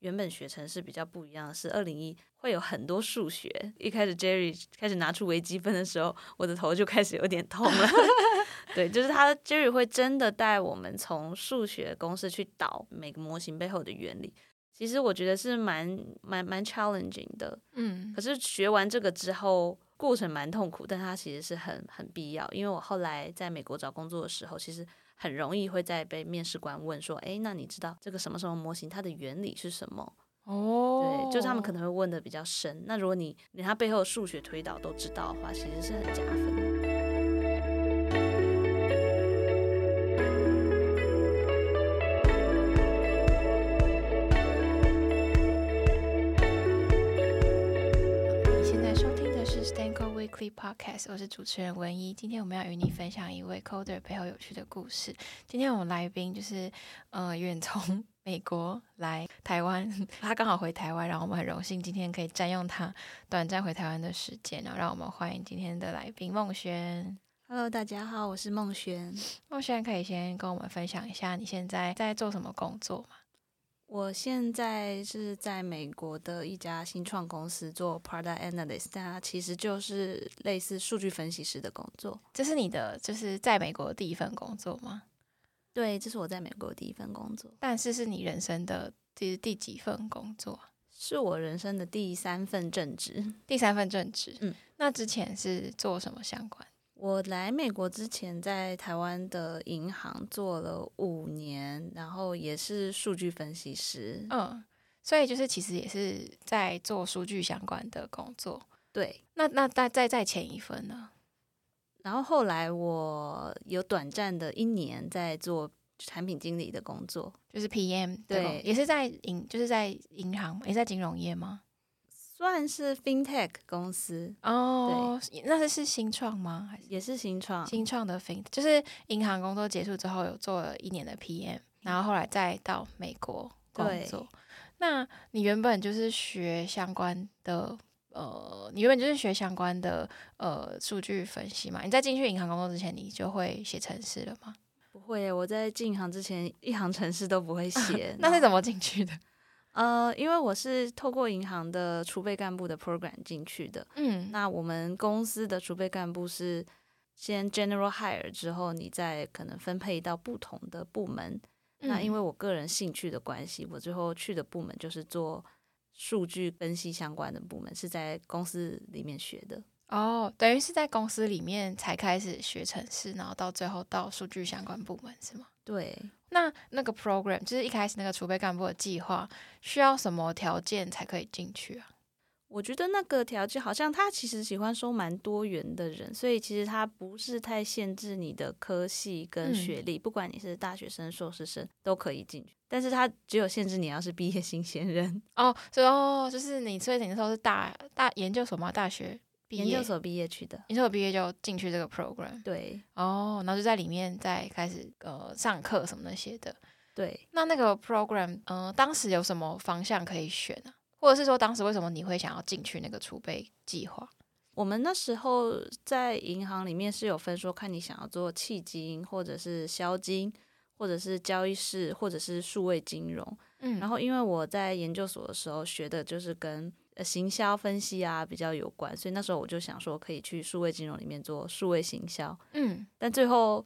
原本学程式比较不一样的是，二零一会有很多数学。一开始 Jerry 开始拿出微积分的时候，我的头就开始有点痛了。 对，就是他 Jerry 会真的带我们从数学公式去导每个模型背后的原理。其实我觉得是蛮蛮蛮 challenging 的，嗯可是学完这个之后，过程蛮痛苦，但它其实是很很必要。因为我后来在美国找工作的时候，其实很容易会在被面试官问说：“诶，那你知道这个什么什么模型它的原理是什么？”哦对，就他们可能会问的比较深。那如果你连它背后的数学推导都知道的话，其实是很加分的。你现在收听的是 Stanco Weekly Podcast，我是主持人文一。今天我们要与你分享一位 coder 背后有趣的故事。今天我们来宾就是呃远从美国来台湾， 他刚好回台湾，然后我们很荣幸今天可以占用他短暂回台湾的时间，然后让我们欢迎今天的来宾孟轩。 Hello，大家好，我是孟璇。孟轩可以先跟我们分享一下你现在在做什么工作吗？我现在是在美国的一家新创公司做 product analyst，但它其实就是类似数据分析师的工作。这是你的就是在美国的第一份工作吗？对，这是我在美国的第一份工作，但是是你人生的第第几份工作啊？是我人生的第三份正职。第三份正职，嗯，那之前是做什么相关？我来美国之前，在台湾的银行做了五年，然后也是数据分析师。哦嗯，所以就是其实也是在做数据相关的工作。对，那那再再再前一份呢？然后后来我有短暂的一年在做产品经理的工作。就是 PM 的工对也是在银，就是在银行，也在金融业吗？算是 FinTech 公司，哦，那是是新创吗？还是也是新创。新创的 fin？就是银行工作结束之后，有做了一年的 PM，然后后来再到美国工对作。那你原本就是学相关的，呃，你原本就是学相关的呃数据分析嘛？你在进去银行工作之前，你就会写程式了吗？不会，我在进行之前一行程式都不 会写。那是怎么？么进去的？呃，因为我是透过银行的储备干部的 program 进去的。嗯，那我们公司的储备干部是先 general hire 之后，你再可能分配到不同的部门。嗯那因为我个人兴趣的关系，我最后去的部门就是做数据分析相关的部门，是在公司里面学的。哦，等于是在公司里面才开始学程式，然后到最后到数据相关部门是吗？对，那那个 program 就是一开始那个储备干部的计划，需要什么条件才可以进去啊？我觉得那个条件好像他其实喜欢收蛮多元的人，所以其实他不是太限制你的科系跟嗯学历，不管你是大学生、硕士生都可以进去，但是他只有限制你要是毕业新鲜人、哦，所以哦，就是你所以你那时候是大大研究所嘛，大学毕业，研究所毕业去的。研究所毕业就进去这个 program 对哦，然后就在里面再开始呃上课什么那些的。对，那那个 program 嗯、呃当时有什么方向可以选啊？或者是说当时为什么你会想要进去那个储备计划？我们那时候在银行里面是有分说，看你想要做弃金，或者是销金，或者是交易室，或者是数位金融。嗯然后因为我在研究所的时候学的就是跟呃行销分析啊比较有关，所以那时候我就想说可以去数位金融里面做数位行销，嗯但最后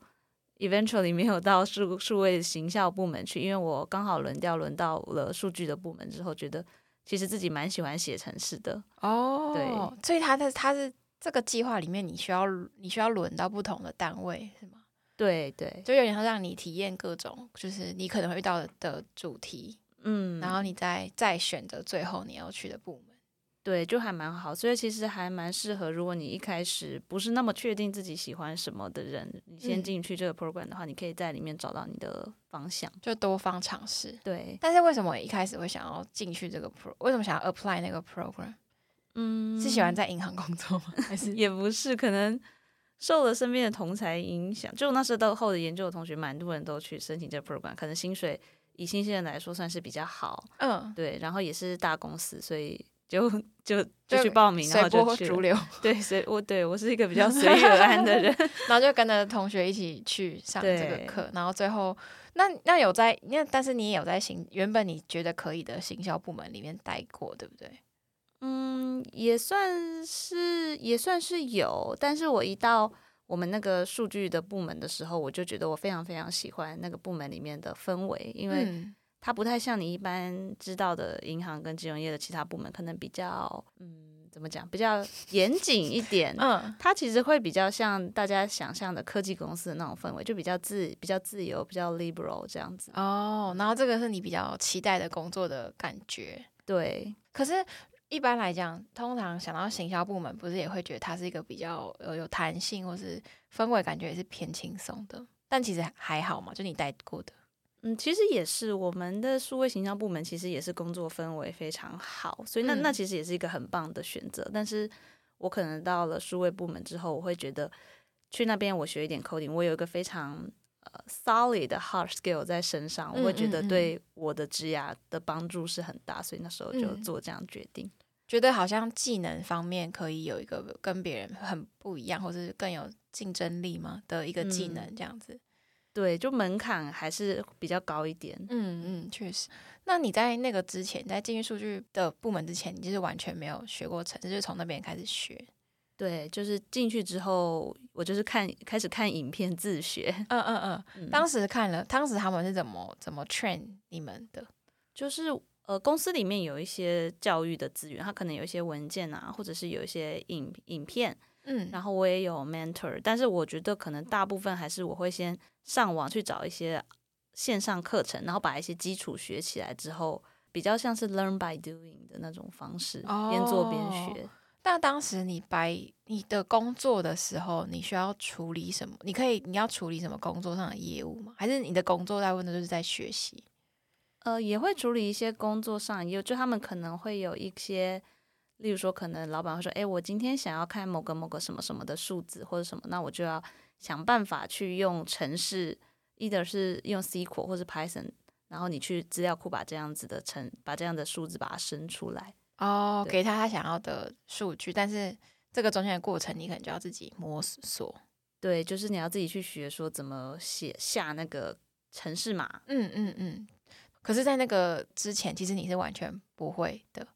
eventually 没有到数数位行销部门去，因为我刚好轮调轮到了数据的部门之后，觉得其实自己蛮喜欢写程式的，哦，对，所以他的他是这个计划里面，你需要你需要轮到不同的单位，是吗？对对，就有点像让你体验各种，就是你可能会遇到的的主题，嗯，然后你再再选择最后你要去的部门。对，就还蛮好，所以其实还蛮适合。如果你一开始不是那么确定自己喜欢什么的人，你先嗯进去这个 program 的话，你可以在里面找到你的方向。就多方尝试。对，但是为什么一开始会想要进去这个 pro？为什么想要 apply 那个 program？、嗯，是喜欢在银行工作吗？还是也不是，可能受了身边的同才影响，就那时候后的研究的同学，蛮多人都去申请这个 program，可能薪水以新鲜人来说算是比较好，嗯对，然后也是大公司，所以 就就就去报名，然后随就波去逐了。流，对，随我对我是一个 比较随遇而安的人。然后就跟着同学一起去上这个对课，然后最后那那有在那，但是你也有在行原本你觉得可以的行销部门里面待过，对不对？嗯，也算是也算是有，但是我一到我们那个数据的部门的时候，我就觉得我非常非常喜欢那个部门里面的氛围，因为嗯。它不太像你一般知道的银行跟金融业的其他部门，可能比较嗯怎么讲，比较严谨一点嗯它其实会比较像大家想象的科技公司的那种氛围，就比较自比较自由，比较 liberal 这样子。哦，然后这个是你比较期待的工作的感觉，对，可是。一般来讲，通常想到行销部门，不是也会觉得它是一个比较呃有弹性，或是氛围感觉也是偏轻松的。但其实还好嘛，就你待过的，嗯，其实也是我们的数位行销部门，其实也是工作氛围非常好，所以那、嗯那其实也是一个很棒的选择。但是我可能到了数位部门之后，我会觉得去那边我学一点 coding，我有一个非常呃 solid 的 hard skill 在身上，我会觉得嗯嗯嗯对我的职涯的帮助是很大，所以那时候就嗯做这样决定。觉得好像技能方面可以有一个跟别人很不一样，或是更有竞争力嘛的一个技能，这样子。对，就门槛还是比较高一点。嗯嗯，确实。那你在那个之前，在进去数据的部门之前，你就是完全没有学过程式，就是从那边开始学。对，就是进去之后，我就是看开始看影片自学。嗯嗯嗯嗯。当时看了，当时他们是怎么怎么 train 你们的？就是呃，公司里面有一些教育的资源，它可能有一些文件啊，或者是有一些影影片，嗯，然后我也有 mentor，但是我觉得可能大部分还是我会先上网去找一些线上课程，然后把一些基础学起来之后，比较像是 learn by doing 的那种方式，边做边学。那当时你白你的工作的时候，你需要处理什么？你可以你要处理什么工作上的业务吗？还是你的工作大部分都是在学习？呃，也会处理一些工作上，也有就他们可能会有一些，例如说，可能老板会说，哎，我今天想要看某个某个什么什么的数字或者什么，那我就要想办法去用程式，either 是用 SQL 或是 Python，然后你去资料库把这样子的程，把这样的数字把它生出来。哦，对给他他想要的数据，但是这个中间的过程，你可能就要自己摸索。对，就是你要自己去学说怎么写下那个程式码，嗯嗯嗯。可是，在那个之前，其实你是完全不会的，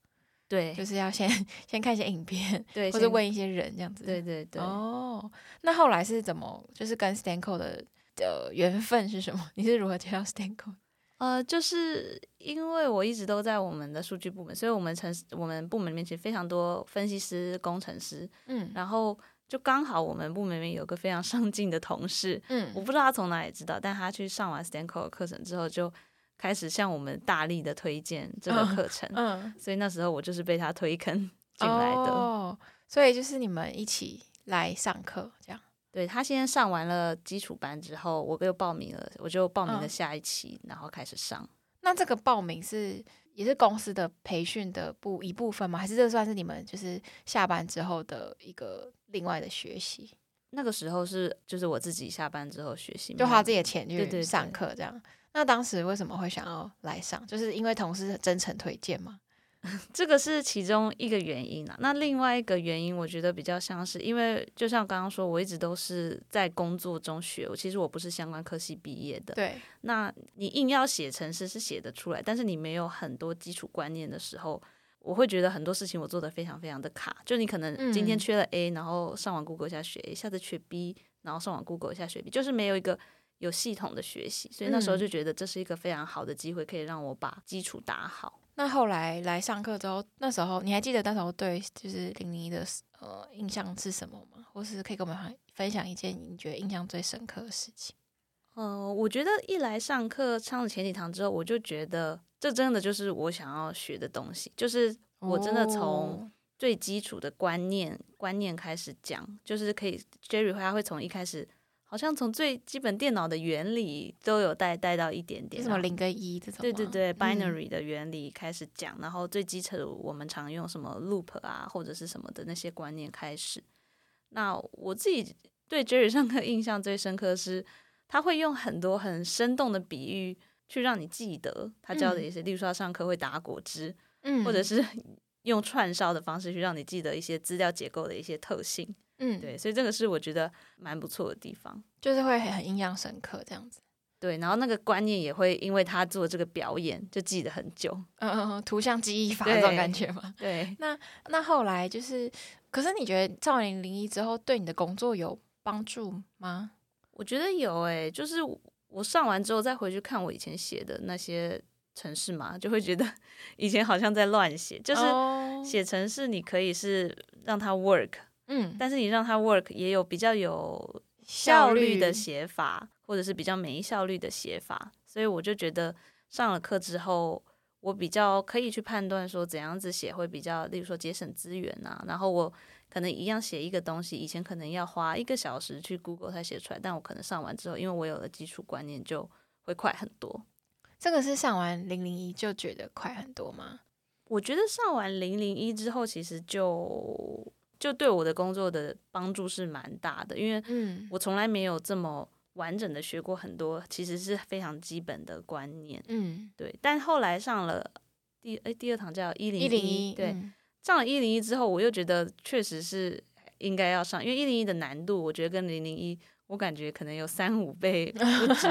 对就是要先先看一些影片，对， 或者先，问一些人这样子。对对对，哦，那后来是怎么，就是跟 Stanco 的的缘分是什么？ 你是如何接到 Stanco？呃，就是因为我一直都在我们的数据部门，所以我们城我们部门里面其实非常多分析师、工程师，嗯然后就刚好我们部门里面有个非常上进的同事，我嗯，不知道他从哪里知道，但他去上完 Stanco 的课程之后，就开始向我们大力的推荐这个课程，嗯所以那时候我就是被他推坑进来的。哦，所以就是你们一起来上课这样。对他先上完了基础班之后，我又报名了，我就报名了嗯下一期，然后开始上。那这个报名是也是公司的培训的部一部分吗？还是这算是你们就是下班之后的一个另外的学习？那个时候是就是我自己下班之后学习，就花自己的钱嗯对对去对上课这样。那当时为什么会想要来上？就是因为同事真诚推荐嘛。这个是其中一个原因啊。那另外一个原因，我觉得比较像是，因为就像刚刚说，我一直都是在工作中学，我其实我不是相关科系毕业的。对，那你硬要写程式是写得出来，但是你没有很多基础观念的时候。我会觉得很多事情我做的非常非常的卡，就你可能今天嗯缺了 A，、然后上网 Google 一下学 A，下次缺 B，然后上网 Google 一下学 B，就是没有一个有系统的学习，所以那时候嗯就觉得这是一个非常好的机会，可以让我把基础打好。那后来来上课之后，那时候你还记得那时候对就是零零一的呃印象是什么吗？或是可以跟我们分享一件你觉得印象最深刻的事情？呃，我觉得一来上课上了前几堂之后，我就觉得这真的就是我想要学的东西，就是我真的从哦最基础的观念观念开始讲，就是可以 Jerry 会他会从一开始，好像从最基本电脑的原理都有带带到一点点，啊是什么然后零跟一这种吗，对对对嗯，binary 的原理开始讲，然后最基础的我们常用什么 loop 啊，或者是什么的那些观念开始。那我自己对 Jerry 上课印象最深刻是，他会用很多很生动的比喻去让你记得他教的一些，例如说他上课会打果汁，嗯或者是 用串烧的方式去让你记得一些资料结构的一些特性。嗯，对，所以这个是我觉得蛮不错的地方。就是会很很印象深刻这样子。对，然后那个观念也会因为他做这个表演就记得很久。嗯嗯嗯，图像记忆法这种感觉吗？ 对，那那后来就是，可是你觉得少年零一之后对你的工作有帮助吗？我觉得有诶、就是我上完之后再回去看我以前写的那些程式嘛，就会觉得 以前好像在乱写。就是哦写程式，你可以是让它 work，嗯但是你让它 work 也有比较有效率的写法，或者是比较没效率的写法。所以我就觉得上了课之后，我比较可以去判断说怎样子写会比较，例如说节省资源啊。然后我可能一样写一个东西，以前可能要花一个小时去 Google 才写出来，但我可能上完之后，因为我有了基础观念，就会快很多。这个是上完零零一就觉得快很多吗？我觉得上完零零一之后，其实就就对我的工作的帮助是蛮大的，因为嗯我从来没有这么完整的学过很多，其实是非常基本的观念。嗯，对，但后来上了第哎第二堂叫一零一零一对，嗯上了一零一之后，我又觉得确实是应该要上，因为一零一的难度，我觉得跟零零一，我感觉可能有三五倍不 止。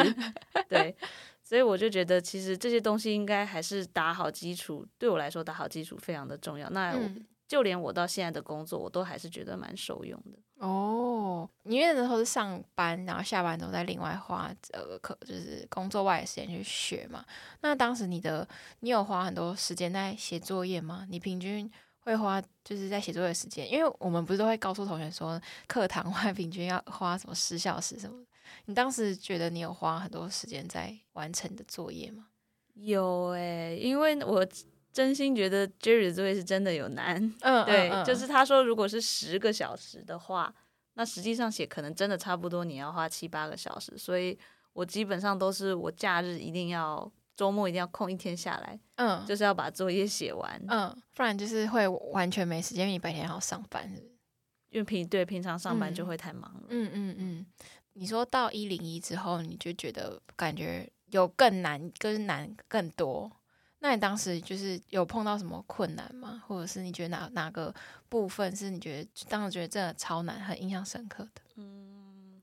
对，所以我就觉得其实这些东西应该还是打好基础，对我来说打好基础非常的重要。啊那我嗯就连我到现在的工作，我都还是觉得蛮受用的。哦，你因为那时候是上班，然后下班都在另外花呃课，就是工作外的时间去学嘛。那当时你的你有花很多时间在写作业吗？你平均会花就是在写作业的时间，因为我们不是都会告诉同学说课堂外平均要花什么十小时什么的。你当时觉得你有花很多时间在完成你的作业吗？有诶、因为我真心觉得 Jerry 的作业是真的有难。嗯 对，就是他说，如果是十个小时的话，那实际上写可能真的差不多，你要花七八个小时。所以我基本上都是我假日一定要，周末一定要空一天下来，嗯就是要把作业写完。嗯，不然就是会完全没时间，因为你白天还要上班，是不是？因为平对平常上班就嗯会太忙了。嗯嗯嗯，你说到一零一之后，你就觉得感觉有更难，更难更多。那你当时就是有碰到什么困难吗？或者是你觉得哪哪个部分是你觉得当时觉得真的超难，很印象深刻的？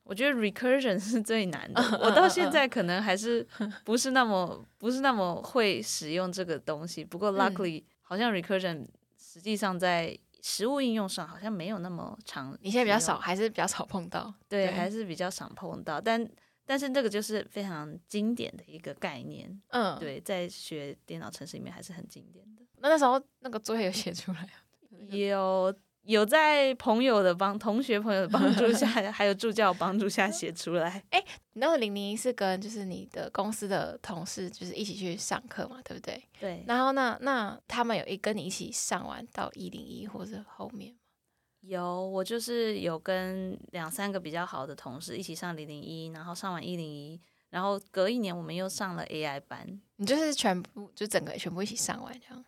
我觉得 recursion 是最难的嗯，我到现嗯在可能还是不是那么不是那么会使用这个东西。不过嗯 luckily，好像 recursion 实际上在实物应用上好像没有那么常，你现在比较少，，还是比较少碰到？对，对还是比较少碰到。但但是这个就是非常经典的一个概念，嗯，。对，在学电脑程式里面还是很经典的。那那时候那个作业有写出来啊，有有在朋友的帮、同学朋友的帮助下， 还有助教帮助下写出 来。你那时候零零一是跟就是你的公司的同事就是一起去上课嘛，对不对？对，然后那那他们有一跟你一起上完到一零一或者后面吗，有，我就是有跟两三个比较好的同事一起上零零一，然后上完一零一，然后隔一年我们又上了 AI 班。你就是全部就整个全部一起上完这样。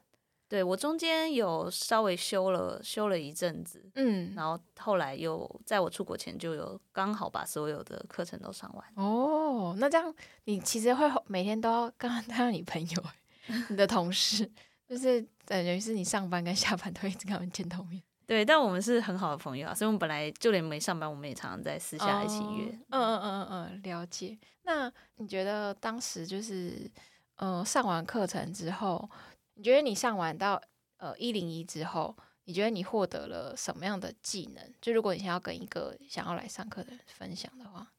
对我中间有稍微休了休了一阵子，嗯，然后后来又在我出国前就有刚好把所有的课程都上完。哦，那这样你其实会每天都要 刚看到你朋友、欸你的同事，就是等于是你上班跟下班都一直跟他们见头面，对，但我们是很好的朋友啊，所以我们本来就连没上班，我们也常常在私下一起约。哦嗯嗯嗯嗯嗯，了解。那你觉得当时就是呃上完课程之后，你觉得你上完到呃一零一之后？你觉得你获得了什么样的技能？就如果你想要跟一个想要来上课的人分享的话，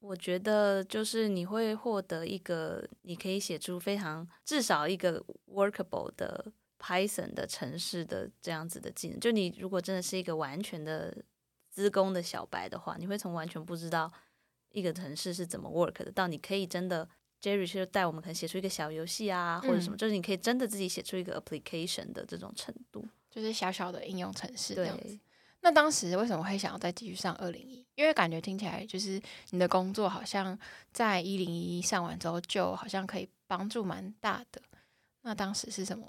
我觉得就是你会获得一个，你可以写出非常至少一个 workable 的 Python 的城市的这样子的技能。就你如果真的是一个完全的资工的小白的话，你会从完全不知道一个城市是怎么 work 的，到你可以真的 Jerry 就带我们可能写出一个小游戏啊，或者什么，嗯就是你可以真的自己写出一个 application 的这种程度。就是小小的应用程式这样子对。那当时为什么会想要再继续上二零一？因为感觉听起来就是你的工作好像在一零一上完之后，就好像可以帮助蛮大的。那当时是什么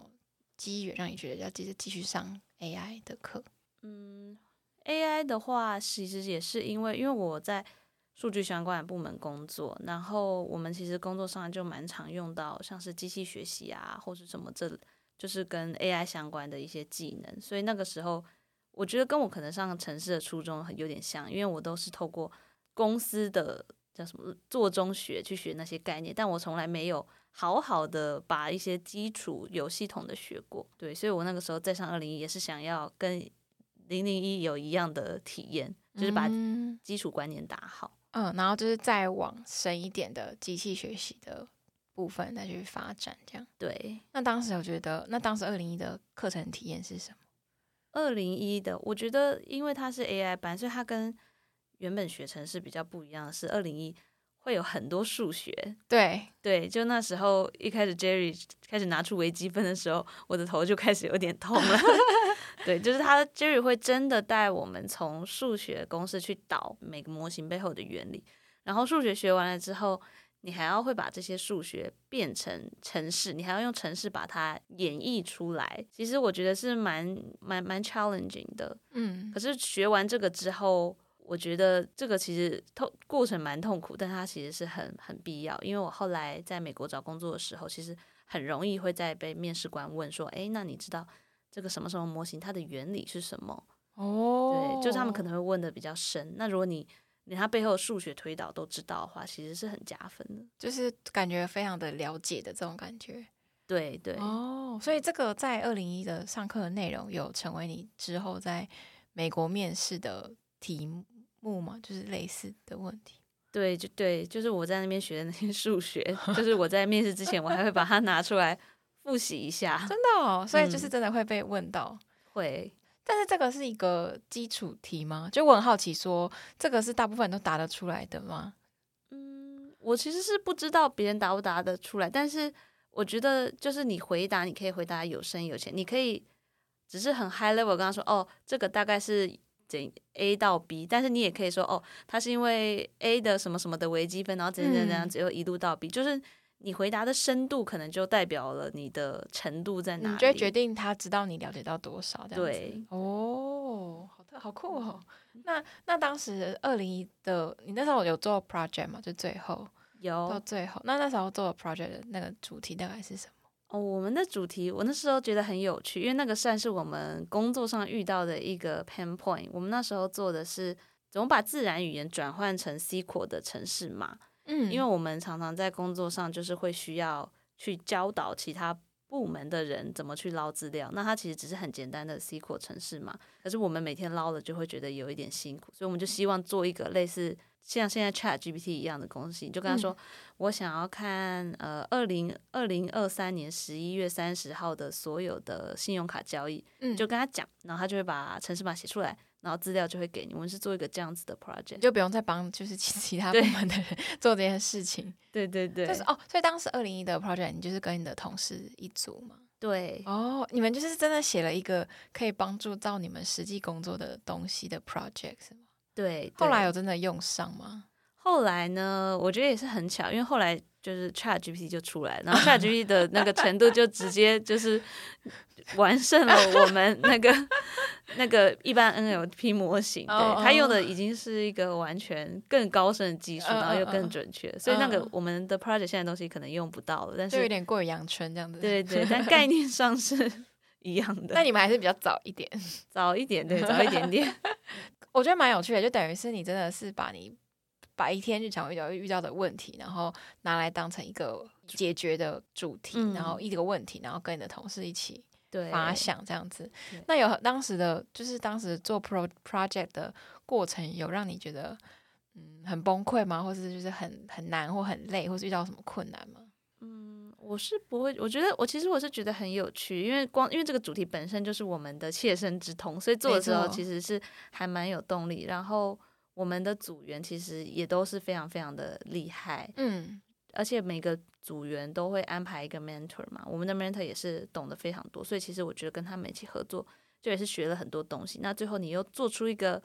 机缘让你觉得要接着继续上 AI 的课？嗯，AI 的话，其实也是因为因为我在数据相关的部门工作，然后我们其实工作上就蛮常用到像是机器学习啊，或是什么这就是跟 AI 相关的一些技能。所以那个时候，我觉得跟我可能上城市的初衷有点像，因为我都是透过公司的叫什么做中学去学那些概念，但我从来没有好好的把一些基础有系统的学过。对，所以我那个时候在上二零一也是想要跟零零一有一样的体验，就是把嗯基础观念打好。嗯，然后就是再往深一点的机器学习的部分再去发展，这样。对，那当时我觉得，那当时二零一的课程体验是什么？二零一的，我觉得因为它是 AI 班，所以它跟原本学程是比较不一样的是，二零一会有很多数学。对，对，就那时候一开始 Jerry 开始拿出微积分的时候，我的头就开始有点痛了。 对，就是他 Jerry 会真的带我们从数学公式去导每个模型背后的原理，然后数学学完了之后，你还要会把这些数学变成程式，你还要用程式把它演绎出来。其实我觉得是蛮蛮蛮 challenging 的。嗯可，是学完这个之后，我觉得这个其实痛过程蛮痛苦，但它其实是很很必要。因为我后来在美国找工作的时候，其实很容易会在被面试官问说：“诶，那你知道这个什么什么模型它的原理是什么？”哦对，就是他们可能会问的比较深。那如果你连它背后的数学推导都知道的话，其实是很加分的。就是感觉非常的了解的这种感觉。对对，哦，所以这个在二零一的上课的内容有成为你之后在美国面试的题目吗？就是类似的问题。对，就对，就是我在那边学的那些数学，就是我在面试之前，我还会把它拿出来复习一下。 真的哦，所以就是嗯真的会被问到。会，但是这个是一个基础题吗？就我很好奇说这个是大部分人都答得出来的吗？嗯，我其实是不知道别人答不答得出来，但是我觉得就是你回答，你可以回答有深有浅，你可以只是很 high level 跟他说，哦，这个大概是怎 A 到 B，但是你也可以说，哦，它是因为 A 的什么什么的微积分，然后怎样怎样怎样，嗯只有一路到 B，就是你回答的深度可能就代表了你的程度在哪里，你就会决定他知道你了解到多少这样子。对，哦，好的，好酷哦。那那当时二零一的，你那时候有做 project 吗？就最后到有最后，那那时候做的 project 的那个主题大概是什么？哦，我们的主题我那时候觉得很有趣，因为那个算是我们工作上遇到的一个 pain point。我们那时候做的是怎么把自然语言转换成 SQL 的程式码，嗯因为我们常常在工作上就是会需要去教导其他部门的人怎么去捞资料。那它其实只是很简单的 SQL 程式码，可是我们每天捞了就会觉得有一点辛苦，所以我们就希望做一个类似像现在 Chat GPT 一样的东西，你就跟嗯他说。我想要看呃，二零二零二三年十一月三十号的所有的信用卡交易，嗯就就跟他讲，然后他就会把城市码写出来，然后资料就会给你。我们是做一个这样子的 project。就不用再帮就是 其其他部对门的人做这件事情。对对对就是哦，所以当时二零一的 project 你就是跟你的同事一组嘛？对哦，你们就是真的写了一个可以帮助到你们实际工作的东西的 project 是吗？对。后来对有真的用上吗？后来呢，我觉得也是很巧，因为后来就是 Chat GPT 就出来，然后 Chat GPT 的那个程度就直接就是完胜了我们那个那个一般 NLP 模型，哦哦对，它用的已经是一个完全更高深的技术，嗯然后又嗯嗯更准确，所以那嗯个嗯我们的 project 现在东西可能用不到了，但就有是点过于阳春这样子。，对 对，但概念上是一样那的，你们还是比较早一点，早一点，对，早一点 点，我觉得蛮有趣的，就等于是你真的是把你把一天日常遇到遇到的问题，然后拿来当成一个解决的主题，嗯然后一个问题，然后跟你的同事一起对，发想这样子对。那有当时的，就是当时做 pro project 的过程，有让你觉得嗯很崩溃吗？或是就是很很难，或很累，或是遇到什么困难吗？我是不会，我觉得我其实我是觉得很有趣，因为光因为这个主题本身就是我们的切身之痛，所以做的时没候错其实是还蛮有动力。然后我们的组员其实也都是非常非常的厉害，嗯，而且每个组员都会安排一个 mentor 嘛，我们的 mentor 也是懂得非常多，所以其实我觉得跟他们一起合作，就也是学了很多东西。那最后你又做出一个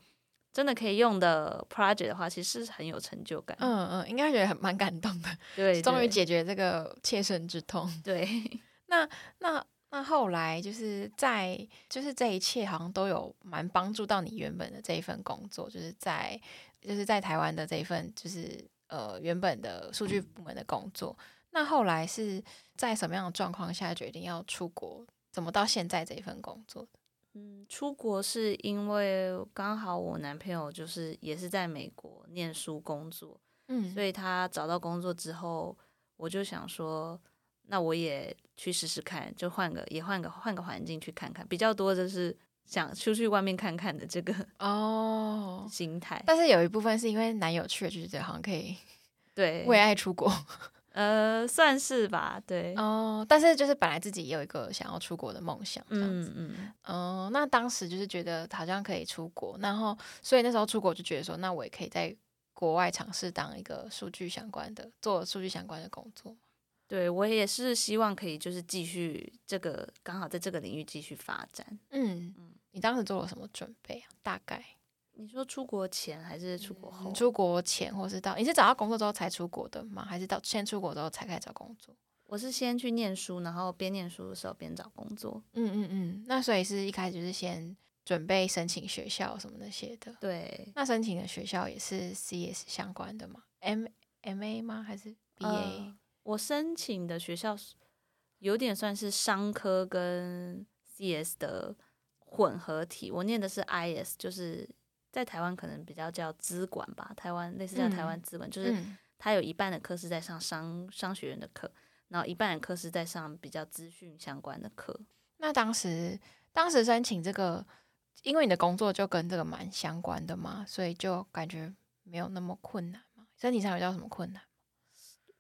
真的可以用的 project 的话，其实是很有成就感。，嗯嗯，应该觉得很蛮感动的，对，终于对解决这个切身之痛。对。那那后来就是在就是这一切好像都有蛮帮助到你原本的这一份工作，就是在就是在台湾的这一份就是呃原本的数据部门的工作。那后来是在什么样的状况下决定要出国怎么到现在这一份工作的？嗯，出国是因为刚好我男朋友就是也是在美国念书工作，嗯所以他找到工作之后，我就想说，那我也去试试看，就换个也换个换个环境去看看，比较多就是想出去外面看看的这个哦， 心态。但是有一部分是因为男友去了，就觉得好像可以对，为爱出国呃，算是吧，对，哦。但是就是本来自己也有一个想要出国的梦想，这样子。嗯嗯，哦、那当时就是觉得好像可以出国，然后所以那时候出国就觉得说，那我也可以在国外尝试当一个数据相关的，做数据相关的工作。对我也是希望可以就是继续这个刚好在这个领域继续发展。嗯，你当时做了什么准备啊？大概你说出国前还是出国后？你出国前，或是到你是找到工作之后才出国的吗？还是到先出国之后才开始找工作？我是先去念书，然后边念书的时候边找工作。嗯嗯嗯，那所以是一开始就是先准备申请学校什么那些的。对，那申请的学校也是 CS 相关的吗？M M A 吗？还是 B A？、呃我申请的学校是有点算是商科跟 CS 的混合体。我念的是 IS，就是在台湾可能比较叫资管吧，台湾类似叫台湾资管，就是嗯它有一半的课是在上商商学院的课，然后一半的课是在上比较资讯相关的课。那当时当时申请这个，因为你的工作就跟这个蛮相关的嘛，所以就感觉没有那么困难嘛。身体上有遇到什么困难？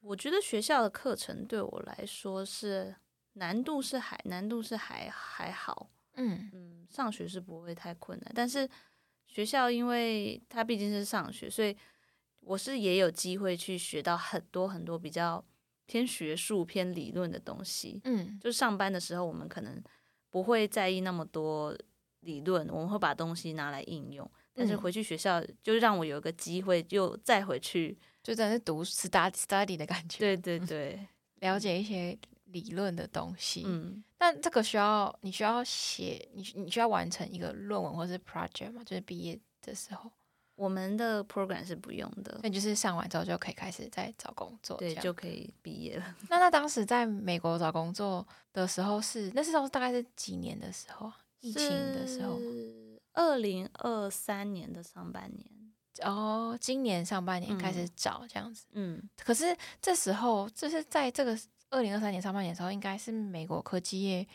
我觉得学校的课程对我来说是难度是还难度是还还好，嗯嗯，上学是不会太困难，但是学校因为它毕竟是上学，所以我是也有机会去学到很多很多比较偏学术、偏理论的东西。嗯就上班的时候，我们可能不会在意那么多理论，我们会把东西拿来应用。但是嗯回去学校，就让我有一个机会，又再回去。就真的是读 study study 的感觉，对对对，了解一些理论的东西。嗯，但这个需要你需要写，你你需要完成一个论文或是 project 嘛，就是毕业的时候，我们的 program 是不用的那，你就是上完之后就可以开始在找工作这对，样。就可以毕业了。那那当时在美国找工作的时候是，那时候大概是几年的时候啊？疫情的时候吗是二零二三年的上半年，哦，今年上半年嗯开始找这样子。嗯，可是这时候，就是在这个二零二三年上半年的时候，应该是美国科技业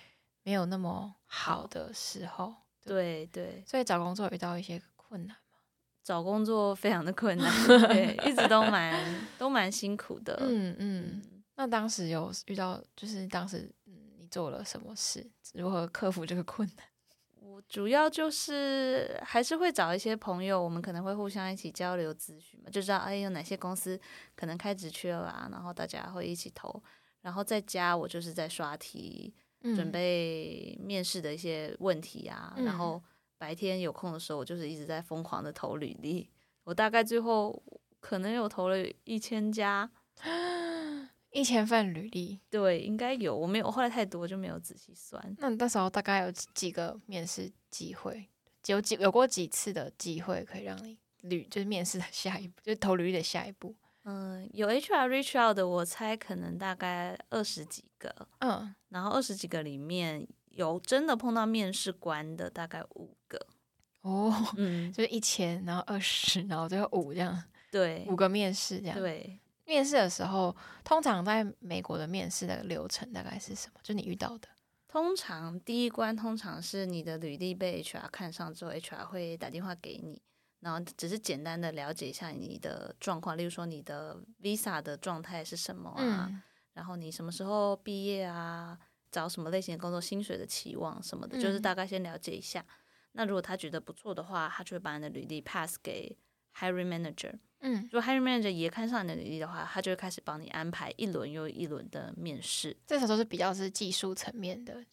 没有那么好的时候，对对，所以找工作遇到一些困难。找工作非常的困 难，对，一直都蛮都蛮辛苦的。嗯嗯。那当时有遇到，就是当时嗯，你做了什么事？如何克服这个困难？我主要就是还是会找一些朋友，我们可能会互相一起交流咨询嘛，就知道哎有哪些公司可能开职缺啦、然后大家会一起投。然后在家我就是在刷题，嗯准备面试的一些问题啊，嗯然后白天有空的时候，我就是一直在疯狂的投履历。我大概最后可能有投了一千家，嗯一千份履历，对，应该有。我没有，后来太多就没有仔细算。那你那时候大概有几几个面试机会？有几有过几次的机会可以让你履就是面试的 下一步，就是投履历的下一步？嗯，有 HR reach out 的，我猜可能大概二十几个，嗯，然后二十几个里面有真的碰到面试官的大概五个。哦， 嗯，就是一千，然后二十，然后最后五这样，对五个面试这样。，对，面试的时候，通常在美国的面试的流程大概是什么？就你遇到的，通常第一关通常是你的履历被 HR 看上之后，HR 会打电话给你，然后只是简单的了解一下你的状况，例如说你的 Visa 的状态是什么啊，嗯然后你什么时候毕业啊，找什么类型的工作，薪水的期望什么的，就是嗯大概先了解一下。那如果他觉得不错的话，他就会把你的履历 pass 给 hiring manager。嗯，如果 hiring manager 也看上你的履历的话，他就会开始帮你安排一轮又一轮的面试。这时候是比较是技术层面的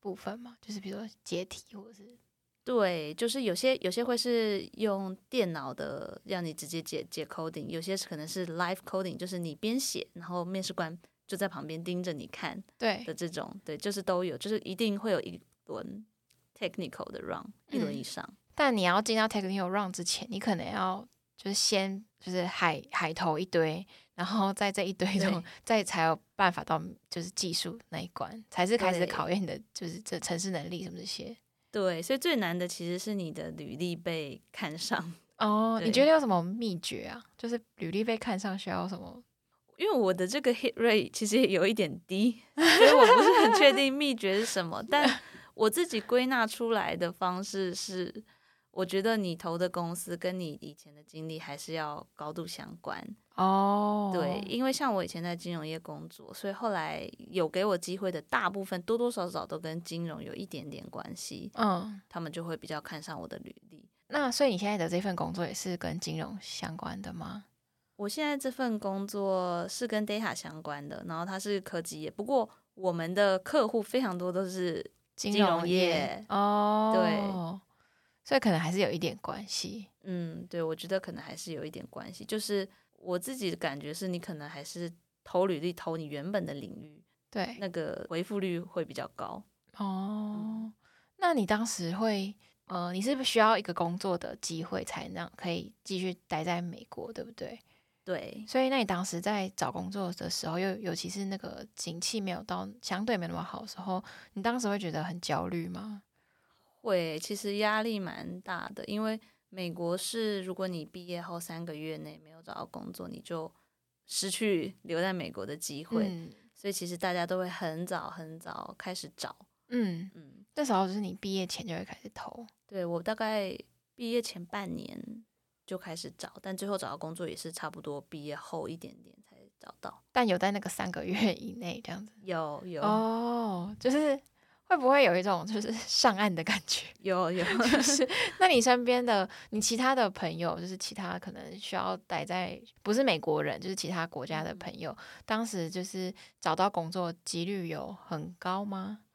部分嘛，就是比如说解题或者是对，就是有些有些会是用电脑的，让你直接解解 coding，有些是可能是 live coding，就是你边写，然后面试官就在旁边盯着你看对的这种，对，就是都有，就是一定会有一轮 technical 的 round，一轮嗯以上，但你要进到 technical round 之前，你可能要就是先就是海海投一堆，然然后在这一堆中对，再才有办法到就是技术那一关，才是开始对考验你的就是这城市能力什么这些。对，所以最难的其实是你的履历被看上，哦，你对觉得有什么秘诀啊？就是履历被看上需要什么？因为我的这个 hit rate 其实也有一点低， 所以我不是很确定秘诀是什么，但我自己归纳出来的方式是，我觉得你投的公司跟你以前的经历还是要高度相关。哦，对，，因为像我以前在金融业工作，所以后来有给我机会的大部分多多少少都跟金融有一点点关系，嗯，他们就会比较看上我的履历。那所以你现在的这份工作也是跟金融相关的吗？我现在这份工作是跟 data 相关的，然后它是科技业，不过我们的客户非常多都是金融业业哦，对，所以可能还是有一点关系。嗯，对，我觉得可能还是有一点关系。就是我自己的感觉是，你可能还是投履历投你原本的领域，对，那个回复率会比较高。哦，那你当时会呃，你是不是需要一个工作的机会才能可以继续待在美国，对不对？对，所以那你当时在找工作的时候，又尤其是那个景气没有到相对没那么好的时候，你当时会觉得很焦虑吗？会其实压力蛮大的，因为美国是如果你毕业后三个月内没有找到工作，你就失去留在美国的机会，嗯所以其实大家都会很早很早开始找。嗯，嗯，那时候就是你毕业前就会开始投，对我大概毕业前半年就开始找，但最后找到工作也是差不多毕业后一点点才找到。但有在那个三个月以内这样子。有有、哦，就是会不会有一种就是上岸的感觉？有有， 就是，那你身边的你其他的朋友，就是其他可能需要待在不是美国人，就是其他国家的朋友，当时就是找到工作几率有很高吗？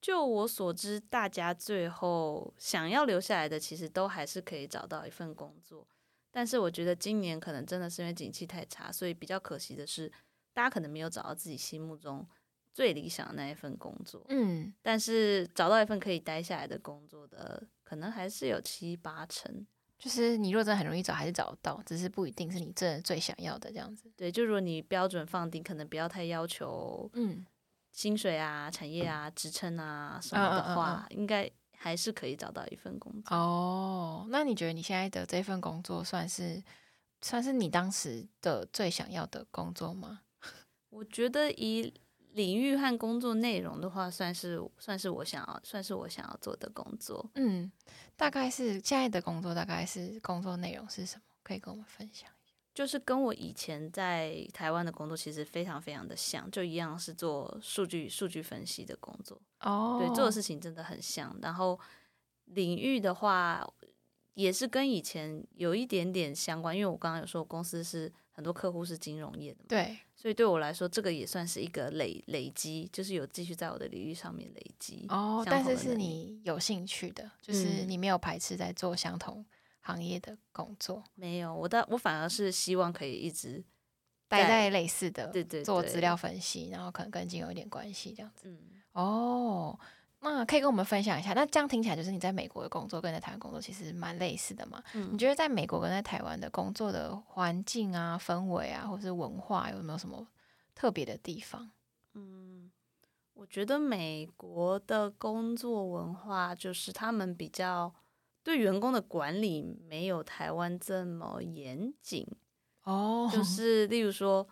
就我所知，大家最后想要留下来的，其实都还是可以找到一份工作。但是我觉得今年可能真的是因为景气太差，所以比较可惜的是，大家可能没有找到自己心目中最理想的那一份工作。嗯，但是找到一份可以待下来的工作的，可能还是有七八成。就是你若真的很容易找，还是找得到，只是不一定是你真的最想要的这样子。对，就如果你标准放低，可能不要太要求嗯，薪水啊、产业啊、职称啊什么嗯嗯嗯嗯的话，应该还是可以找到一份工作。哦，那你觉得你现在的这份工作算是算是你当时的最想要的工作吗？我觉得以领域和工作内容的话，算是算是我想要算是我想要做的工作。嗯，大概是现在的工作，大概是工作内容是什么？可以跟我们分享。就是跟我以前在台湾的工作其实非常非常的像，就一样是做数据数据分析的工作，哦，对，做的事情真的很像。然后领域的话，也是跟以前有一点点相关，因为我刚刚有说公司是很多客户是金融业的嘛，对，所以对我来说，这个也算是一个累累积，就是有继续在我的领域上面累积。哦，相但同是的是能力你有兴趣的，就是嗯你没有排斥在做相同行业的工作，没有，我但我反而是希望可以一直待在在类似的对对呃做资对料分析，然后可能跟金融有点关系这样子。嗯，哦，那可以跟我们分享一下。那这样听起来就是你在美国的工作跟在台湾工作其实蛮类似的嘛？你嗯觉得在美国跟在台湾的工作的环境啊、氛围啊，或是文化有没有什么特别的地方？嗯，我觉得美国的工作文化就是他们比较对员工的管理没有台湾这么严谨，哦，就是例如说。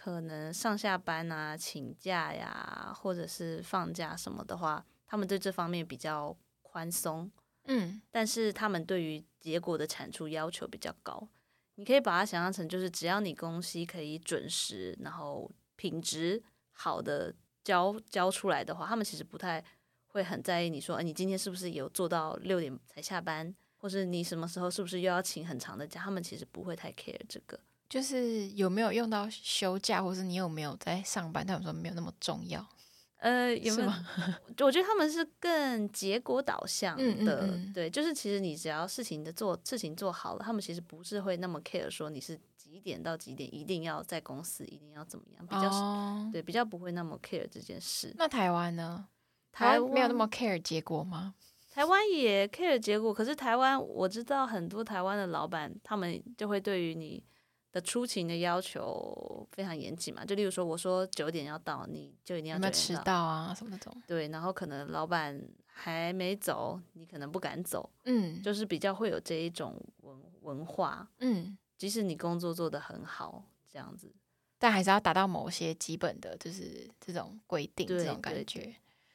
可能上下班啊、请假呀，或者是放假什么的话，他们对这方面比较宽松。嗯，但是他们对于结果的产出要求比较高。你可以把它想象成，就是只要你公司可以准时，然后品质好的交交出来的话，他们其实不太会很在意你说，哎，你今天是不是有做到六点才下班，或是你什么时候是不是又要请很长的假，他们其实不会太 care 这个。就是有没有用到休假，或是你有没有在上班？他们说没有那么重要。呃，有是没有？我觉得他们是更结果导向的，嗯嗯嗯对，就是其实你只要事情的做事情做好了，他们其实不是会那么 care 说你是几点到几点一定要在公司，一定要怎么样，比较、哦、对比较不会那么 care 这件事。那台湾呢？台台湾没有那湾么 care 结果吗？台湾也 care 结果，可是台湾我知道很多台湾的老板，他们就会对于你。的出勤的要求非常严谨嘛，就例如说我说九点要到，你就一定要有没有9迟点到到啊什么那种？对，然后可能老板还没走，你可能不敢走，嗯，就是比较会有这一种文文化，嗯，即使你工作做得很好，这样子。但还是要达到某些基本的，就是这种规定对这种对感觉。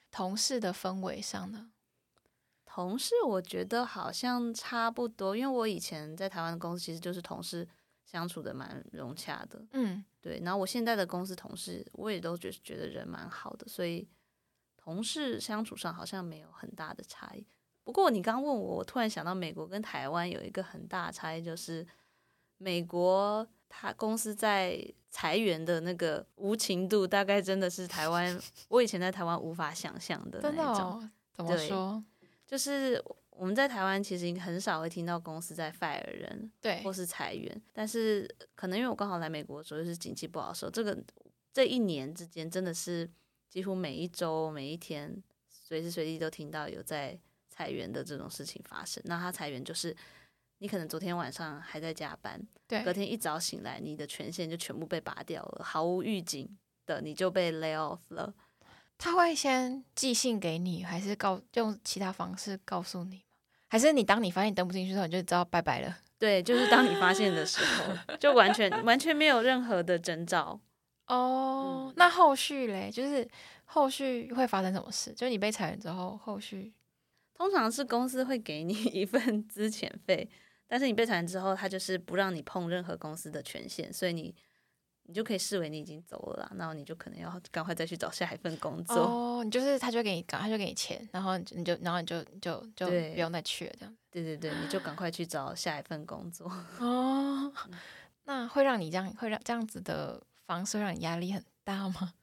同事的氛围上呢，同事我觉得好像差不多，因为我以前在台湾的公司其实就是同事相处的蛮融洽的，嗯，对。然后我现在的公司同事我也都觉觉得人蛮好的，所以同事相处上好像没有很大的差异。不过你刚问我，我突然想到美国跟台湾有一个很大的差异，就是美国他公司在裁员的那个无情度，大概真的是台湾我以前在台湾无法想象的那真一的种。哦，怎么对说？就是我们在台湾其实很少会听到公司在 fire 人对或，是裁员，但是可能因为我刚好来美国的时候就是经济不好的时候，这个这一年之间真的是几乎每一周、每一天，随时随地都听到有在裁员的这种事情发生。那他裁员就是你可能昨天晚上还在加班，对，隔天一早醒来，你的权限就全部被拔掉了，毫无预警的你就被 lay off 了。他会先寄信给你，还是告用其他方式告诉你吗？还是你当你发现你登不进去的时候，你就知道拜拜了？对，就是当你发现的时候， 就完全完全没有任何的征兆。哦，嗯那后续嘞，就是后续会发生什么事？就是你被裁员之后，后续通常是公司会给你 一份资遣费，但是你被裁员之后，他就是不让你碰任何公司的权限，所以你你就可以视为你已经走了啦。然后你就可能要赶快再去找下一份工作。哦，你就是他就给你搞，他就给你钱，然后你就你就然后你就你就就对不用再去了这样。对对对，你就赶快去找下一份工作。 哦，嗯 那会让你这样会让这样子的方式会让你压力很大吗？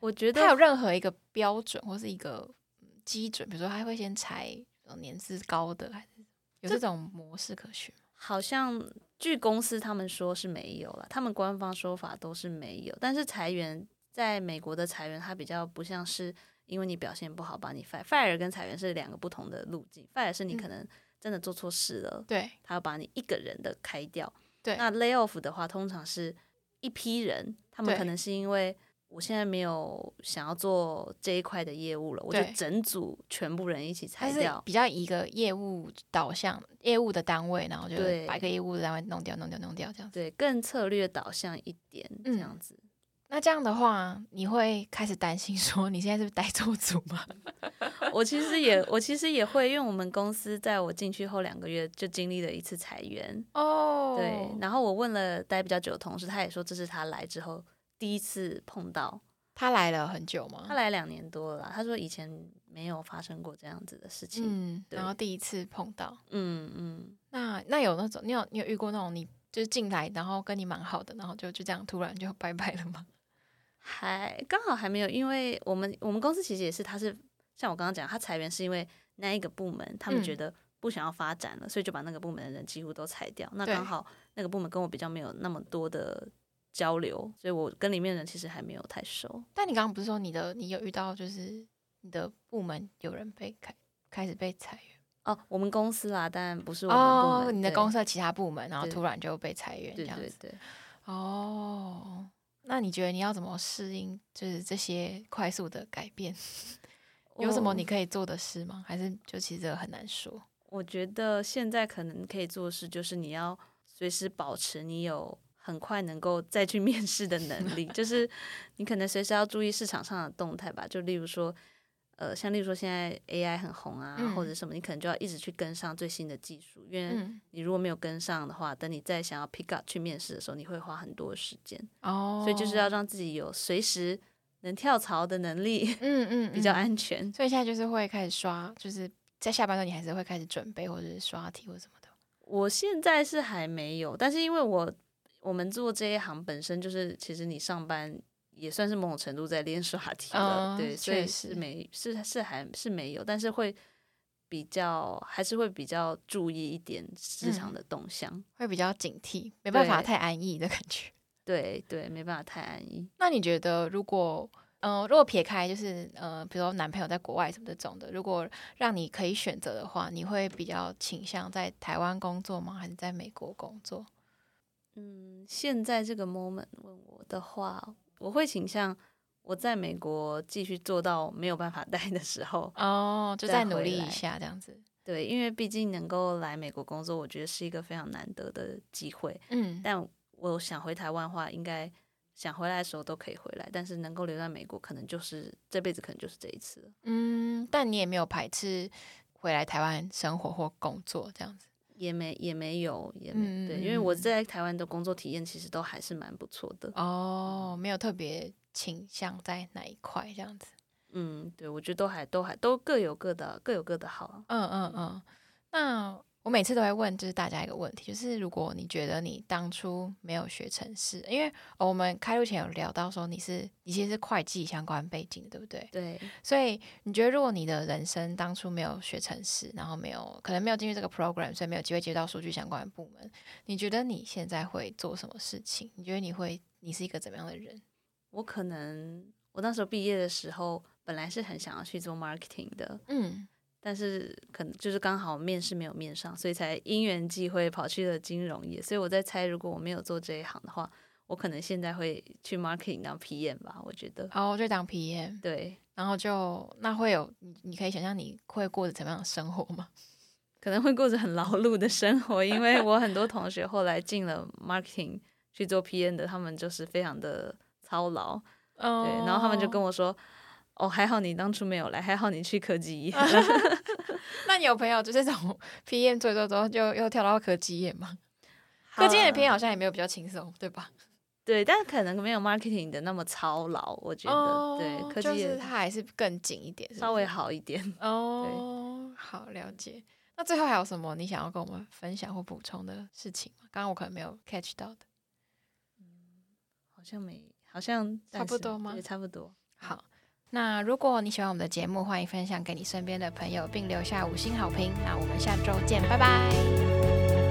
我觉他得有任何一个标准或是一个嗯基准，比如说他会先裁呃年资高的，还是有这种模式可循吗？好像据公司他们说是没有了，他们官方说法都是没有，但是裁员在美国的裁员，它比较不像是因为你表现不好把你 fire fire 跟裁员是两个不同的路径，fire 是你嗯可能真的做错事了，对，他要把你一个人的开掉。对那 lay off 的话，通常是一批人，他们对可能是因为我现在没有想要做这一块的业务了，我就对整组全部人一起裁它是掉。比较以一个业务导向、业务的单位，然后就对把一个业务的单位弄掉、弄掉、弄掉这样子。对，更策略导向一点，这嗯样子。那这样的话，你会开始担心说你现在是不是待错组吗？ 我其实也，我其实也会，因为我们公司在我进去后两个月就经历了一次裁员，哦对。然后我问了待比较久的同事，他也说这是他来之后第一次碰到。他来了很久吗？他来两年多了啦，他说以前没有发生过这样子的事情。嗯，对然后第一次碰到。嗯嗯，那那有那种，你有你有遇过那种你就是进来，然后跟你蛮好的，然后就就这样突然就拜拜了吗？ 还刚好还没有，因为我们我们公司其实也是，他是像我刚刚讲，他裁员是因为那一个部门他们嗯觉得不想要发展了，所以就把那个部门的人几乎都裁掉。那对刚好那个部门跟我比较没有那么多的交流，所以我跟里面的人其实还没有太熟。但你刚刚不是说你的你有遇到就是你的部门有人被开开始被裁员哦，我们公司啦，但不是我们部门。哦，你的对公司的其他部门，然后对突然就被裁员这对样对子。对。哦，那你觉得你要怎么适应就是这些快速的改变？有什么哦你可以做的事吗？还是就其实这个很难说？我觉得现在可能可以做的事就是你要随时保持你有很快能够再去面试的能力，就是你可能随时要注意市场上的动态吧。就例如说，呃，像例如说现在 AI 很红啊，嗯或者什么，你可能就要一直去跟上最新的技术，因为嗯，你如果没有跟上的话，等你再想要 pick up 去面试的时候，你会花很多时间。哦，所以就是要让自己有随时能跳槽的能力，嗯嗯比较嗯安全。所以现在就是会开始刷，就是在下班的时候你还是会开始准备或者是刷题或什么的。我现在是还没有，但是因为我我们做这一行本身就是，其实你上班也算是某种程度在练刷题了，嗯对，所确以实是没是是还是没有，但是会比较还是会比较注意一点市嗯场的动向，会比较警惕，没办法对太安逸的感觉。对对，没办法太安逸。那你觉得，如果呃，如果撇开就是呃，比如说男朋友在国外什么这种的，如果让你可以选择的话，你会比较倾向在台湾工作吗？还是在美国工作？嗯，现在这个 moment 问我的话，我会倾向我在美国继续做到没有办法待的时候。哦，就再再努回力一来下这样子。对，因为毕竟能够来美国工作，我觉得是一个非常难得的机会。嗯，但我想回台湾的话，应该想回来的时候都可以回来，但是能够留在美国，可能就是这辈子可能就是这一次了。嗯，但你也没有排斥回来台湾生活或工作这样子。也没也没有也没、嗯对，因为我嗯嗯在台湾的工作体验其实都还是蛮不错的。哦，没有特别倾向在哪一块这样子。嗯，对，我觉得都还都还都各有各的各有各的好。嗯嗯嗯。那我每次都会问，就是大家一个问题，就是如果你觉得你当初没有学城市，因为、哦我们开录前有聊到说你是你其实是会计相关背景的，对不对？对，所以你觉得，如果你的人生当初没有学城市，然后没有可能没有进入这个 program，所以没有机会接到数据相关的部门，你觉得你现在会做什么事情？你觉得你会你是一个怎么样的人？我可能我那时候毕业的时候，本来是很想要去做 marketing 的，嗯但是可能就是刚好面试没有面上，所以才因缘际会跑去了金融业。所以我在猜，如果我没有做这一行的话，我可能现在会去 marketing 当 PM 吧。我觉得，然后就当 PM，对，然后就那会有你，你可以想象你会过着怎么样的生活吗？可能会过着很劳碌的生活，因为我很多同学后来进了 marketing 去做 PM 的，他们就是非常的操劳， 对，对然后他们就跟我，我说。哦，还好你当初没有来，还好你去科技业。哦那你有朋友就这种 PM 做一做之后就又跳到科技业吗？ 科技业的 PM 好像也没有比较轻松，对吧？ 对，但可能没有 marketing 的那么操劳，我觉得、对科哦就技业是它还是更紧一点，是不是稍微好一点。 哦，好了解。那最后还有什么你想要跟我们分享或补充的事情吗？刚刚我可能没有 catch 到的。好像没，好像差不暂时多吗对，差不多。好，那如果你喜欢我们的节目，欢迎分享给你身边的朋友，并留下五星好评。那我们下周见，拜拜。